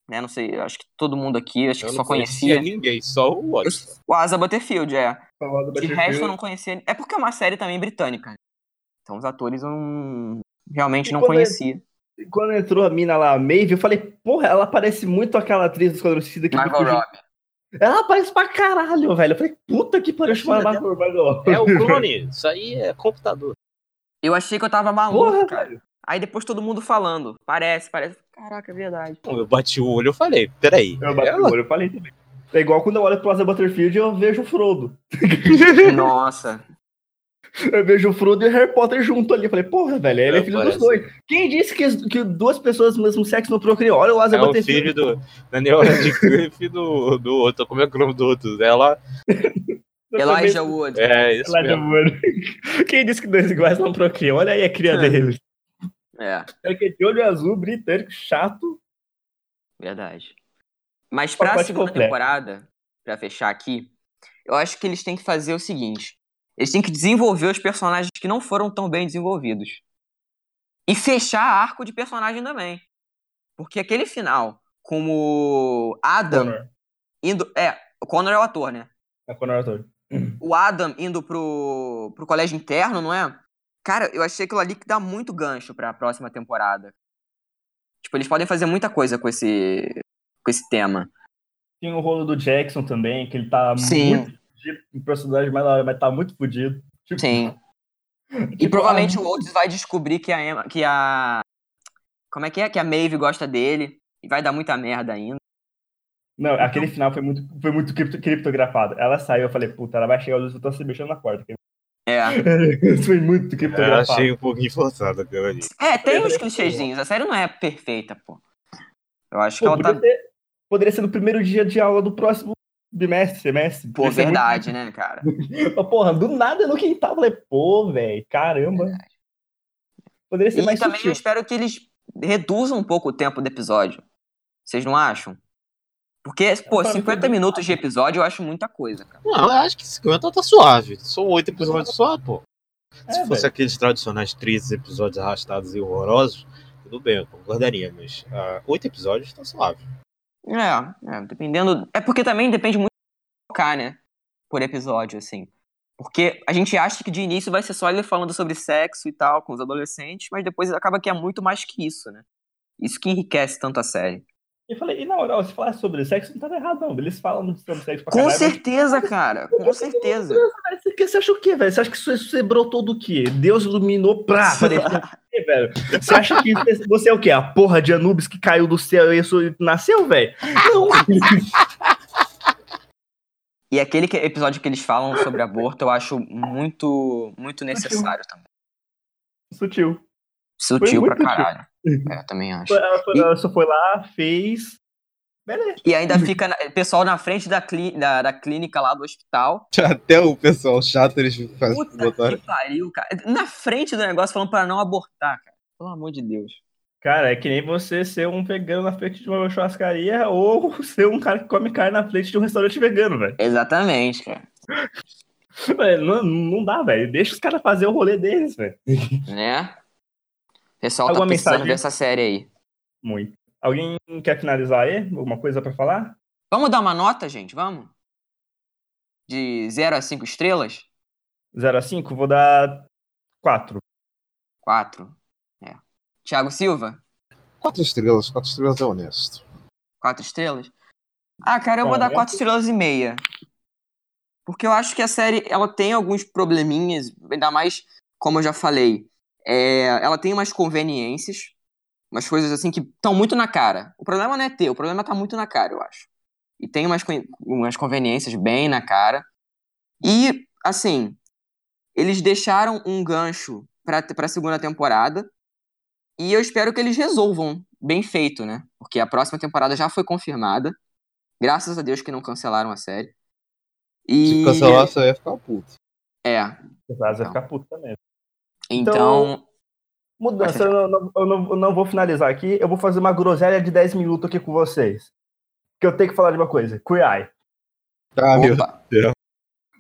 Speaker 4: né? Não sei, acho que todo mundo aqui, acho
Speaker 3: Eu
Speaker 4: que
Speaker 3: não
Speaker 4: só
Speaker 3: conhecia
Speaker 4: conhecia.
Speaker 3: ninguém, só o Watson.
Speaker 4: O Asa Butterfield, é.
Speaker 2: Falar do
Speaker 4: De
Speaker 2: Battlefield.
Speaker 4: resto eu não conhecia. É porque é uma série também britânica. Então os atores eu não... realmente
Speaker 2: E
Speaker 4: não
Speaker 2: quando é-
Speaker 4: conhecia.
Speaker 2: E Quando entrou a mina lá, a Maeve, eu falei, porra, ela parece muito aquela atriz do Esquadrão Suicida que
Speaker 4: Margot
Speaker 2: fugiu-
Speaker 4: Robbie.
Speaker 2: Ela parece pra caralho, velho. Eu falei, puta que pariu, chama ela Margot Robbie.
Speaker 3: É o clone, isso aí é computador.
Speaker 4: Eu achei que eu tava maluco,
Speaker 2: Porra,
Speaker 4: cara.
Speaker 2: velho.
Speaker 4: Aí depois todo mundo falando. Parece, parece. Caraca, é verdade.
Speaker 3: Bom, Eu bati o olho e falei, peraí.
Speaker 2: Eu bati o
Speaker 3: ela-
Speaker 2: olho, eu falei também. É igual quando eu olho pro Asa Butterfield e eu vejo o Frodo.
Speaker 4: Nossa.
Speaker 2: Eu vejo o Frodo e o Harry Potter junto ali. Eu falei, porra, velho, ele é
Speaker 3: É,
Speaker 2: filho
Speaker 3: parece.
Speaker 2: dos dois. Quem disse que, que duas pessoas do mesmo sexo não procriam? Olha o Asa
Speaker 3: É o
Speaker 2: Butterfield.
Speaker 3: filho do Daniel Radcliffe e do, do outro. Como é que é o nome do outro? Ela.
Speaker 2: Eu também-
Speaker 4: Elijah Wood.
Speaker 3: É isso
Speaker 2: Elijah
Speaker 3: mesmo.
Speaker 2: Wood. Quem disse que dois iguais não procriam? Olha aí a cria
Speaker 4: É.
Speaker 2: dele.
Speaker 4: É,
Speaker 2: Cara que é de olho azul, britânico, chato.
Speaker 4: verdade. Mas pra
Speaker 2: Pacote
Speaker 4: segunda
Speaker 2: completo.
Speaker 4: temporada, pra fechar aqui, eu acho que eles têm que fazer o seguinte. Eles têm que desenvolver os personagens que não foram tão bem desenvolvidos. E fechar arco de personagem também. Porque aquele final, como Adam
Speaker 2: Connor.
Speaker 4: indo. É, o Connor é o ator, né?
Speaker 2: É Connor ator.
Speaker 4: o Adam indo pro, pro colégio interno, não é? Cara, eu achei aquilo ali que dá muito gancho pra próxima temporada. Tipo, eles podem fazer muita coisa com esse com esse tema.
Speaker 2: Tem o rolo do Jackson também, que ele tá
Speaker 4: Sim.
Speaker 2: muito fudido, um personagem mais da hora, mas tá muito fudido. Tipo,
Speaker 4: Sim. E provavelmente o Otis vai descobrir que a Emma, que a como é que é que a Maeve gosta dele e vai dar muita merda ainda.
Speaker 2: Não,
Speaker 4: Então,
Speaker 2: aquele final foi muito, foi muito cripto- criptografado. Ela saiu, eu falei, puta, ela vai chegar, eu tô se mexendo na corda.
Speaker 4: É.
Speaker 2: Isso foi muito
Speaker 3: Eu
Speaker 2: criptografado.
Speaker 3: achei um pouquinho forçado aquela ali.
Speaker 4: É, tem uns clichêzinhos. A série não é perfeita, pô. Eu acho que
Speaker 2: Pô,
Speaker 4: ela
Speaker 2: poderia,
Speaker 4: tá
Speaker 2: ser, poderia ser no primeiro dia de aula do próximo bimestre, semestre.
Speaker 4: Pô,
Speaker 2: Poderia ser muito-
Speaker 4: verdade, né, cara?
Speaker 2: Mas, porra, do nada no quintal, eu falei, pô, velho, caramba. Poderia ser
Speaker 4: E
Speaker 2: mais
Speaker 4: também eu
Speaker 2: sutil.
Speaker 4: espero que eles reduzam um pouco o tempo do episódio. Vocês não acham? Porque, pô,
Speaker 2: cara,
Speaker 4: 50
Speaker 2: foi bem
Speaker 4: minutos de episódio eu acho muita coisa, cara.
Speaker 3: Não, eu acho que 50 tá suave. São oito episódios só, pô. Se
Speaker 2: É,
Speaker 3: fosse
Speaker 2: velho.
Speaker 3: aqueles tradicionais 13 episódios arrastados e horrorosos, tudo bem, eu concordaria, mas ah, oito episódios tá suave.
Speaker 4: É, é, dependendo. É porque também depende muito do focar, né? Por episódio, assim. Porque a gente acha que de início vai ser só ele falando sobre sexo e tal, com os adolescentes, mas depois acaba que é muito mais que isso, né? Isso que enriquece tanto a série.
Speaker 2: Eu falei, e na moral, se falar sobre sexo, não tá errado, não. Eles falam sobre sexo pra
Speaker 4: Com
Speaker 2: caralho. mas-
Speaker 4: certeza, cara. Com certeza.
Speaker 2: Mas Você, você acha o quê, velho? Você acha que isso, isso brotou do quê? Deus iluminou pra aparecer o quê, velho? Você acha que isso- você é o quê? A porra de Anubis que caiu do céu e isso nasceu, velho? Não!
Speaker 4: E aquele que- episódio que eles falam sobre aborto, eu acho muito, muito necessário também.
Speaker 2: Sutil.
Speaker 4: Sutil pra
Speaker 2: muito
Speaker 4: caralho. É, eu também acho.
Speaker 2: Ela, foi- ela só foi lá, fez. Beleza.
Speaker 4: E ainda fica na- o pessoal na frente da, cli- da, da clínica lá do hospital.
Speaker 3: Até o pessoal chato eles fazem.
Speaker 4: Puta que pariu, cara. Na frente do negócio falando pra não abortar, cara. Pelo amor de Deus.
Speaker 2: Cara, é que nem você ser um vegano na frente de uma churrascaria ou ser um cara que come carne na frente de um restaurante vegano, velho.
Speaker 4: Exatamente, cara.
Speaker 2: Velho, Não, não dá, velho. Deixa os caras fazer o rolê deles, velho.
Speaker 4: Né? O pessoal
Speaker 2: Alguma
Speaker 4: tá precisando
Speaker 2: mensagem?
Speaker 4: dessa série aí.
Speaker 2: Muito. Alguém quer finalizar aí? Alguma coisa pra falar?
Speaker 4: Vamos dar uma nota, gente? Vamos? De 0 a 5 estrelas?
Speaker 2: 0 a 5, vou dar 4.
Speaker 4: 4. É. Thiago Silva?
Speaker 3: Quatro estrelas, quatro estrelas é honesto.
Speaker 4: Quatro estrelas? Ah, cara, eu vou
Speaker 2: Bom,
Speaker 4: dar
Speaker 2: eu-
Speaker 4: quatro estrelas e meia. Porque eu acho que a série, ela tem alguns probleminhas, ainda mais, como eu já falei, é, ela tem umas conveniências, umas coisas assim que estão muito na cara. O problema não é teu, o problema tá muito na cara, eu acho. E tem umas, con- umas conveniências bem na cara. E, assim, eles deixaram um gancho pra, pra segunda temporada, e eu espero que eles resolvam bem feito, né? Porque a próxima temporada já foi confirmada. Graças a Deus que não cancelaram a série. E
Speaker 3: Se cancelar, você ia ficar puto.
Speaker 4: é,
Speaker 2: Vai
Speaker 4: Então.
Speaker 2: ficar puto também.
Speaker 4: então,
Speaker 2: Mudança, eu não, não- eu não- eu não vou finalizar aqui. Eu vou fazer uma groselha de 10 minutos aqui com vocês. Que eu tenho que falar de uma coisa. Cuiai.
Speaker 3: Ah, meu
Speaker 4: opa,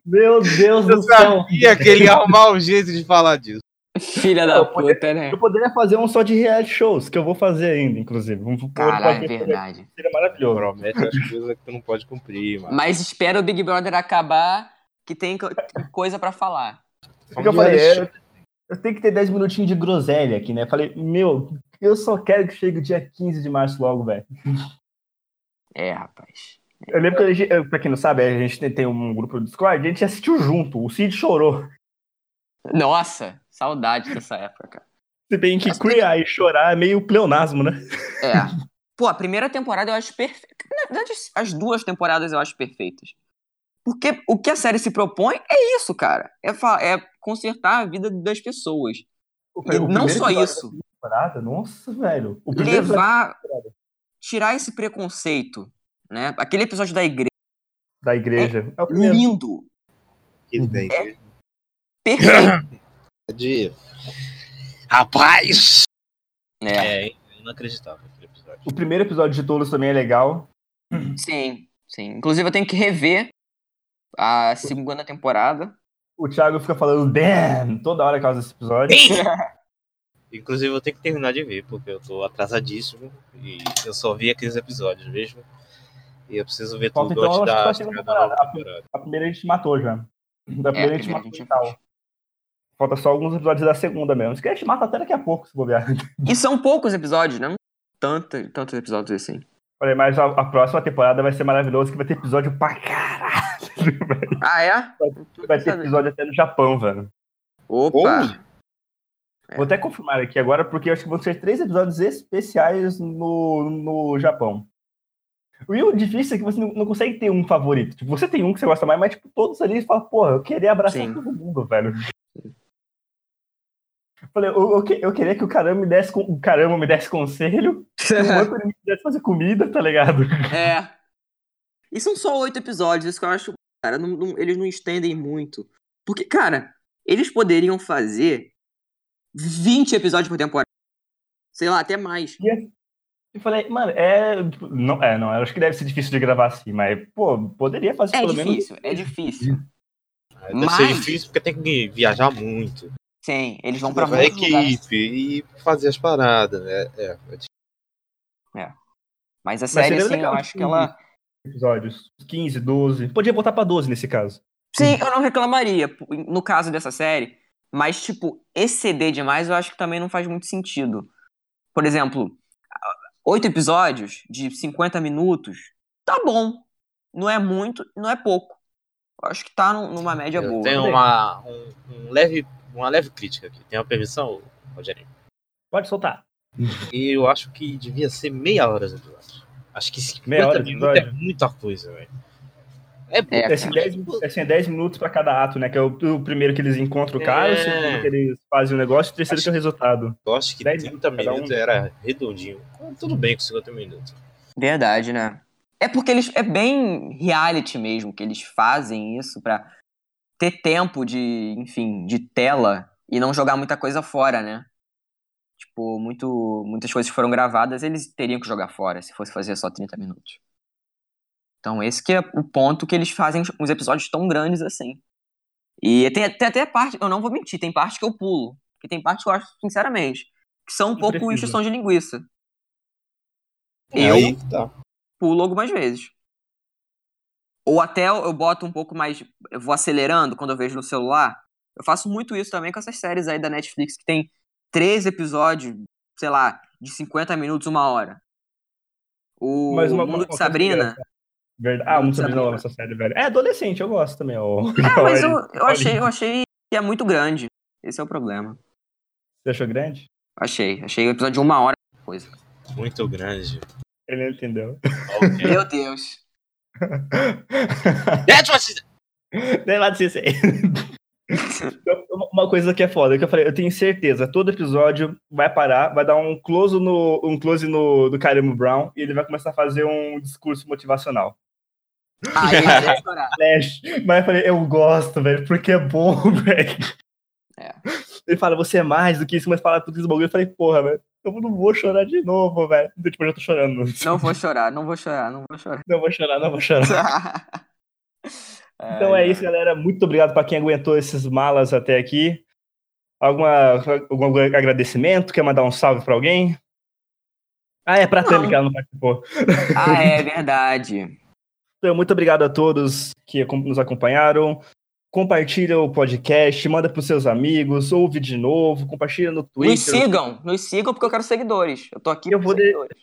Speaker 2: Meu Deus do
Speaker 3: Eu
Speaker 2: céu.
Speaker 3: sabia que ele ia arrumar um jeito de falar disso.
Speaker 4: filha da
Speaker 2: Eu poderia-
Speaker 4: puta, né?
Speaker 2: Eu poderia fazer um só de reality shows, que eu vou fazer ainda, inclusive. Vamos pôr
Speaker 4: Caralho, é
Speaker 2: qualquer-
Speaker 4: verdade.
Speaker 2: Seria maravilhoso.
Speaker 3: Promete as coisas que tu não pode cumprir, mano.
Speaker 4: Mas espera o Big Brother acabar, que tem co- coisa pra falar.
Speaker 2: O que eu falei, é, eu tenho que ter 10 minutinhos de groselha aqui, né? Eu falei, meu, eu só quero que chegue o dia 15 de março logo, velho.
Speaker 4: É, rapaz.
Speaker 2: Eu lembro que, a gente, eu- pra quem não sabe, a gente tem- tem um grupo do Discord, a gente assistiu junto. O Cid chorou.
Speaker 4: Nossa, saudade dessa época, cara.
Speaker 2: Se bem que criar e chorar é meio pleonasmo, né?
Speaker 4: É. Pô, a primeira temporada eu acho perfeita. Na verdade, as duas temporadas eu acho perfeitas. Porque o que a série se propõe é isso, cara. É, fa- é consertar a vida das pessoas. E não só isso.
Speaker 2: Temporada, nossa, velho. O primeiro episódio-
Speaker 4: Levar. Tirar esse preconceito. Né? Aquele episódio da igreja.
Speaker 2: da igreja. É o primeiro.
Speaker 4: Lindo.
Speaker 3: Que tem.
Speaker 4: Perfeito.
Speaker 3: É De... Rapaz!
Speaker 4: É.
Speaker 3: É, inacreditável aquele episódio.
Speaker 2: O primeiro episódio de Tolos também é legal.
Speaker 4: Sim, sim. Inclusive, eu tenho que rever a segunda temporada.
Speaker 2: O Thiago fica falando damn toda hora por causa desse episódio.
Speaker 3: Inclusive, eu tenho que terminar de ver, porque eu tô atrasadíssimo e eu só vi aqueles episódios mesmo. E eu preciso ver
Speaker 2: Falta,
Speaker 3: tudo
Speaker 2: então,
Speaker 3: antes
Speaker 2: acho que
Speaker 3: da
Speaker 2: só a segunda
Speaker 3: estreia da nova
Speaker 2: temporada.
Speaker 3: temporada.
Speaker 2: A primeira a gente matou já. Da primeira
Speaker 4: É, a
Speaker 2: a gente
Speaker 4: primeira
Speaker 2: matou
Speaker 4: a gente
Speaker 2: e
Speaker 4: já
Speaker 2: tal.
Speaker 4: fez.
Speaker 2: Falta só alguns episódios da segunda mesmo. Isso que a gente mata até daqui a pouco, se bobear.
Speaker 4: E são poucos episódios, né? Tanto, tantos episódios assim.
Speaker 2: Falei, mas a, a próxima temporada vai ser maravilhosa, que vai ter episódio pra caralho. velho.
Speaker 4: Ah, é?
Speaker 2: Vai ter episódio até no Japão, velho.
Speaker 4: Opa! É.
Speaker 2: Vou até confirmar aqui agora, porque eu acho que vão ser três episódios especiais no, no Japão. E o difícil é que você não, não consegue ter um favorito. Tipo, você tem um que você gosta mais, mas tipo, todos ali você fala, porra, eu queria abraçar
Speaker 4: Sim.
Speaker 2: todo mundo, velho. Eu Falei, eu, eu, que- eu queria que o caramba me desse, con- o caramba me desse conselho, o outro ele me desse fazer comida, tá ligado?
Speaker 4: É. E são só oito episódios, isso que eu acho. Cara, não- não- eles não estendem muito. Porque, cara, eles poderiam fazer 20 episódios por temporada. Sei lá, até mais.
Speaker 2: E falei, mano, é. Não, é, não, eu acho que deve ser difícil de gravar assim, mas, pô, poderia fazer
Speaker 4: É
Speaker 2: pelo menos.
Speaker 4: difícil, é difícil.
Speaker 3: Ah, Deve ser
Speaker 4: Mas-
Speaker 3: difícil porque tem que viajar muito.
Speaker 4: Sim, eles vão pra
Speaker 3: Levar a
Speaker 4: muitos lugares.
Speaker 3: equipe e fazer as paradas, né? É, é difícil.
Speaker 4: Mas a série,
Speaker 2: seria
Speaker 4: assim, eu
Speaker 2: legal,
Speaker 4: acho que
Speaker 2: tipo,
Speaker 4: ela.
Speaker 2: Episódios 15, 12. Podia botar pra 12 nesse caso.
Speaker 4: Sim, eu não reclamaria p- no caso dessa série, mas, tipo, exceder demais eu acho que também não faz muito sentido. Por exemplo, a- oito episódios de 50 minutos, tá bom. Não é muito, não é pouco. Eu acho que tá num- numa média
Speaker 3: Eu
Speaker 4: boa.
Speaker 3: tenho uma, um, um leve, uma leve crítica aqui. Tem uma permissão, Rogério?
Speaker 2: Pode soltar.
Speaker 3: E eu acho que devia ser meia hora de episódio. Acho que 50
Speaker 2: Meia hora de
Speaker 3: minutos é
Speaker 2: episódio?
Speaker 3: muita coisa, velho. É,
Speaker 4: É,
Speaker 3: pouco,
Speaker 4: cara.
Speaker 2: Assim, 10,
Speaker 3: tipo,
Speaker 2: assim, é 10 minutos pra cada ato, né? Que é o, o primeiro que eles encontram o cara, o
Speaker 3: É.
Speaker 2: segundo que eles fazem o negócio, e o terceiro que é o resultado.
Speaker 3: Eu acho que
Speaker 2: 10
Speaker 3: 30
Speaker 2: cada um.
Speaker 3: minutos era redondinho. Ah, Tudo bem com 50 minutos.
Speaker 4: Verdade, né? É porque eles é bem reality mesmo que eles fazem isso pra ter tempo de, enfim, de tela e não jogar muita coisa fora, né? Tipo, muito, muitas coisas que foram gravadas, eles teriam que jogar fora se fosse fazer só 30 minutos. Então, esse que é o ponto que eles fazem os- os episódios tão grandes assim. E tem, tem até parte, eu não vou mentir, tem parte que eu pulo, que tem parte que eu acho, sinceramente, que são um
Speaker 2: Não
Speaker 4: pouco
Speaker 2: precisa.
Speaker 4: instrução de linguiça.
Speaker 3: É
Speaker 4: Eu-
Speaker 3: Aí, que tá.
Speaker 4: pulo algumas vezes. Ou até eu eu boto um pouco mais. Eu vou acelerando quando eu vejo no celular. Eu faço muito isso também com essas séries aí da Netflix que tem três episódios, sei lá, de 50 minutos, uma hora. O
Speaker 2: Mas uma- né?
Speaker 4: Mundo
Speaker 2: uma-
Speaker 4: de Sabrina.
Speaker 2: Verdade. Ah,
Speaker 4: Não
Speaker 2: muito sobre
Speaker 4: sabia.
Speaker 2: não, essa série, velho. É adolescente, eu gosto também. Ó.
Speaker 4: É, mas eu, eu,
Speaker 2: Olha.
Speaker 4: achei, eu achei que é muito grande. Esse é o problema.
Speaker 2: Você achou grande?
Speaker 4: Achei. Achei o episódio de uma hora. Coisa.
Speaker 3: Muito grande.
Speaker 2: Ele não entendeu.
Speaker 3: Ok.
Speaker 4: Meu Deus.
Speaker 3: That's what she said.
Speaker 2: Sei lá de vocês. Então, uma- Uma coisa que é foda, que eu falei, eu tenho certeza, todo episódio vai parar, vai dar um close no, um close no do Caremo Brown e ele vai começar a fazer um discurso motivacional.
Speaker 4: Aí eu ia chorar.
Speaker 2: Flash. Mas eu falei, eu gosto, velho, porque é bom, velho.
Speaker 4: É.
Speaker 2: Ele fala, você é mais do que isso, mas fala tudo isso bagulho. Eu falei, porra, velho, eu não vou chorar de novo, velho. Então, Tipo, eu já tô chorando.
Speaker 4: Não vou chorar, não vou chorar, não vou chorar.
Speaker 2: Não vou chorar, não vou chorar. Então é
Speaker 4: Ai,
Speaker 2: isso, galera. Muito obrigado pra quem aguentou esses malas até aqui. Alguma, algum agradecimento? Quer mandar um salve pra alguém? Ah, é pra
Speaker 4: Não.
Speaker 2: Tami que ela não participou.
Speaker 4: Ah, é verdade.
Speaker 2: Então, muito obrigado a todos que acom- nos acompanharam. Compartilha o podcast, manda pros seus amigos, ouve de novo, compartilha no
Speaker 4: Nos
Speaker 2: Twitter.
Speaker 4: sigam, nos sigam porque eu quero seguidores. Eu tô aqui
Speaker 2: Eu
Speaker 4: por
Speaker 2: vou de-
Speaker 4: seguidores.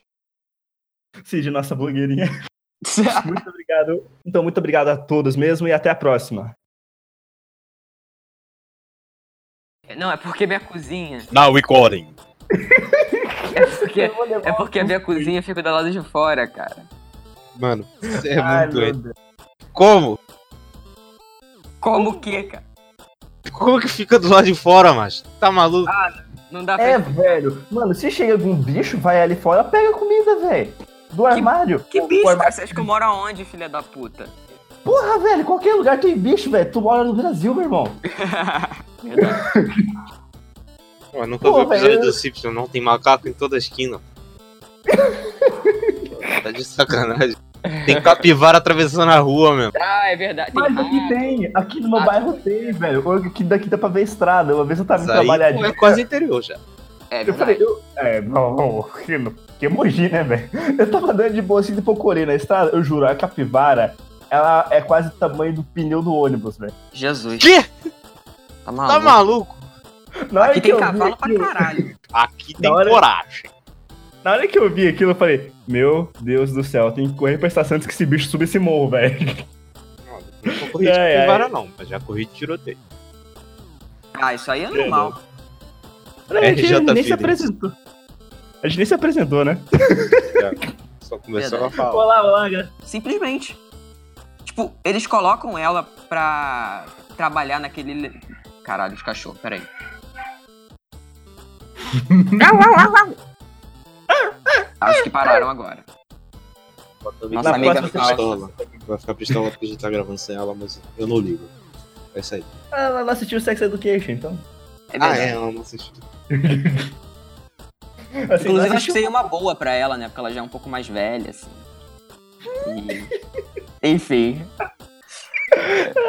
Speaker 2: Cid, nossa blogueirinha. Muito obrigado. Então, muito obrigado a todos mesmo e até a próxima.
Speaker 4: Não, é porque minha cozinha.
Speaker 3: Now recording.
Speaker 4: É porque, é porque a minha cozinha fica do lado de fora, cara.
Speaker 3: Mano, isso é
Speaker 2: Ai,
Speaker 3: muito
Speaker 2: meu
Speaker 3: doido. Como?
Speaker 4: Como que, cara?
Speaker 3: Como que fica do lado de fora, macho? Tá maluco?
Speaker 2: Ah,
Speaker 4: Não dá pra.
Speaker 2: É, velho. Mano, se chega algum bicho, vai ali fora, pega a comida, velho. Do armário.
Speaker 4: Que
Speaker 2: Do
Speaker 4: bicho, cara?
Speaker 2: armário.
Speaker 4: Você acha que eu moro aonde, filha da puta?
Speaker 2: Porra, velho, qualquer lugar tem bicho, velho. Tu mora no Brasil, meu irmão.
Speaker 4: Verdade.
Speaker 3: Mano, nunca
Speaker 2: Pô,
Speaker 3: vi o episódio
Speaker 2: velho.
Speaker 3: do Simpson, não. Tem macaco em toda a esquina. tá de sacanagem. Tem capivara atravessando a rua,
Speaker 2: Tá
Speaker 3: mesmo.
Speaker 4: Ah, é verdade. Tem
Speaker 2: Mas aqui
Speaker 4: rato.
Speaker 2: tem. Aqui no meu
Speaker 4: Ah,
Speaker 2: bairro tem, velho. Aqui daqui dá pra ver estrada. Uma vez eu tava
Speaker 3: Isso
Speaker 2: indo
Speaker 3: aí
Speaker 2: trabalhar
Speaker 3: pô,
Speaker 2: de.
Speaker 3: é quase interior já.
Speaker 4: É
Speaker 2: Eu falei,
Speaker 4: verdade.
Speaker 2: eu. É, não, não, que, que emoji, né, velho? Eu tava andando de boa assim de pocorê na estrada, eu juro, a capivara, ela é quase o tamanho do pneu do ônibus, velho.
Speaker 4: Jesus.
Speaker 3: Que?
Speaker 4: Tá
Speaker 3: Tá
Speaker 4: maluco.
Speaker 3: maluco?
Speaker 2: Na hora
Speaker 4: Aqui tem
Speaker 2: eu vi
Speaker 4: cavalo pra
Speaker 2: aquilo-
Speaker 4: caralho.
Speaker 3: Aqui tem
Speaker 2: hora-
Speaker 3: coragem.
Speaker 2: Na hora que eu vi aquilo, eu falei, meu Deus do céu, tem que correr pra estação antes que esse bicho suba esse morro, velho.
Speaker 3: Não, não corri de
Speaker 2: Ai, ai.
Speaker 3: capivara, não. Mas já corri de tiroteio.
Speaker 4: Ah, isso aí é normal.
Speaker 2: A gente
Speaker 3: RJ
Speaker 2: nem se
Speaker 3: Feelings.
Speaker 2: apresentou. A gente nem se apresentou, né?
Speaker 3: Só
Speaker 4: É,
Speaker 3: começou a
Speaker 4: né?
Speaker 3: falar.
Speaker 2: Olá, olá, galera.
Speaker 4: Simplesmente. Tipo, eles colocam ela pra trabalhar naquele. le- Caralho, os cachorros, peraí. Acho que pararam agora. Nossa
Speaker 2: Na
Speaker 4: amiga
Speaker 2: próxima
Speaker 4: fala.
Speaker 3: pistola. Vai ficar pistola porque a gente tá gravando sem ela, mas eu não ligo. É isso aí.
Speaker 2: Ela não Ah, assistiu Sex Education, então.
Speaker 4: É
Speaker 3: Ah,
Speaker 4: verdade.
Speaker 3: é, ela não assistiu.
Speaker 2: Assim, não
Speaker 4: Inclusive, acho que
Speaker 2: assistiu-
Speaker 4: seria uma boa pra ela, né? Porque ela já é um pouco mais velha, assim. E- Enfim.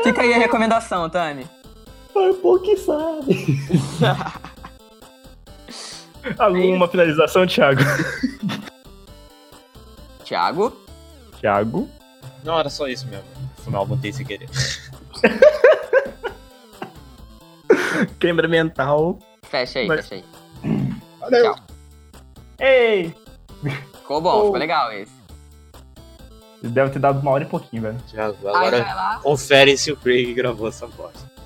Speaker 4: Fica aí a recomendação, Tami.
Speaker 2: Foi um pouco que sabe. Alguma finalização, Thiago?
Speaker 4: Thiago?
Speaker 2: Thiago.
Speaker 3: Não, era só isso mesmo. Afinal, eu botei sem querer.
Speaker 2: Quebra mental.
Speaker 4: Fecha aí,
Speaker 2: Mas-
Speaker 4: fecha aí.
Speaker 3: Valeu.
Speaker 2: Ei!
Speaker 4: Ficou bom,
Speaker 2: Oh.
Speaker 4: ficou legal esse.
Speaker 2: Deve ter dado uma hora e pouquinho, velho.
Speaker 3: Thiago,
Speaker 4: Aí
Speaker 3: agora
Speaker 4: vai lá.
Speaker 3: confere se o Craig gravou essa bosta.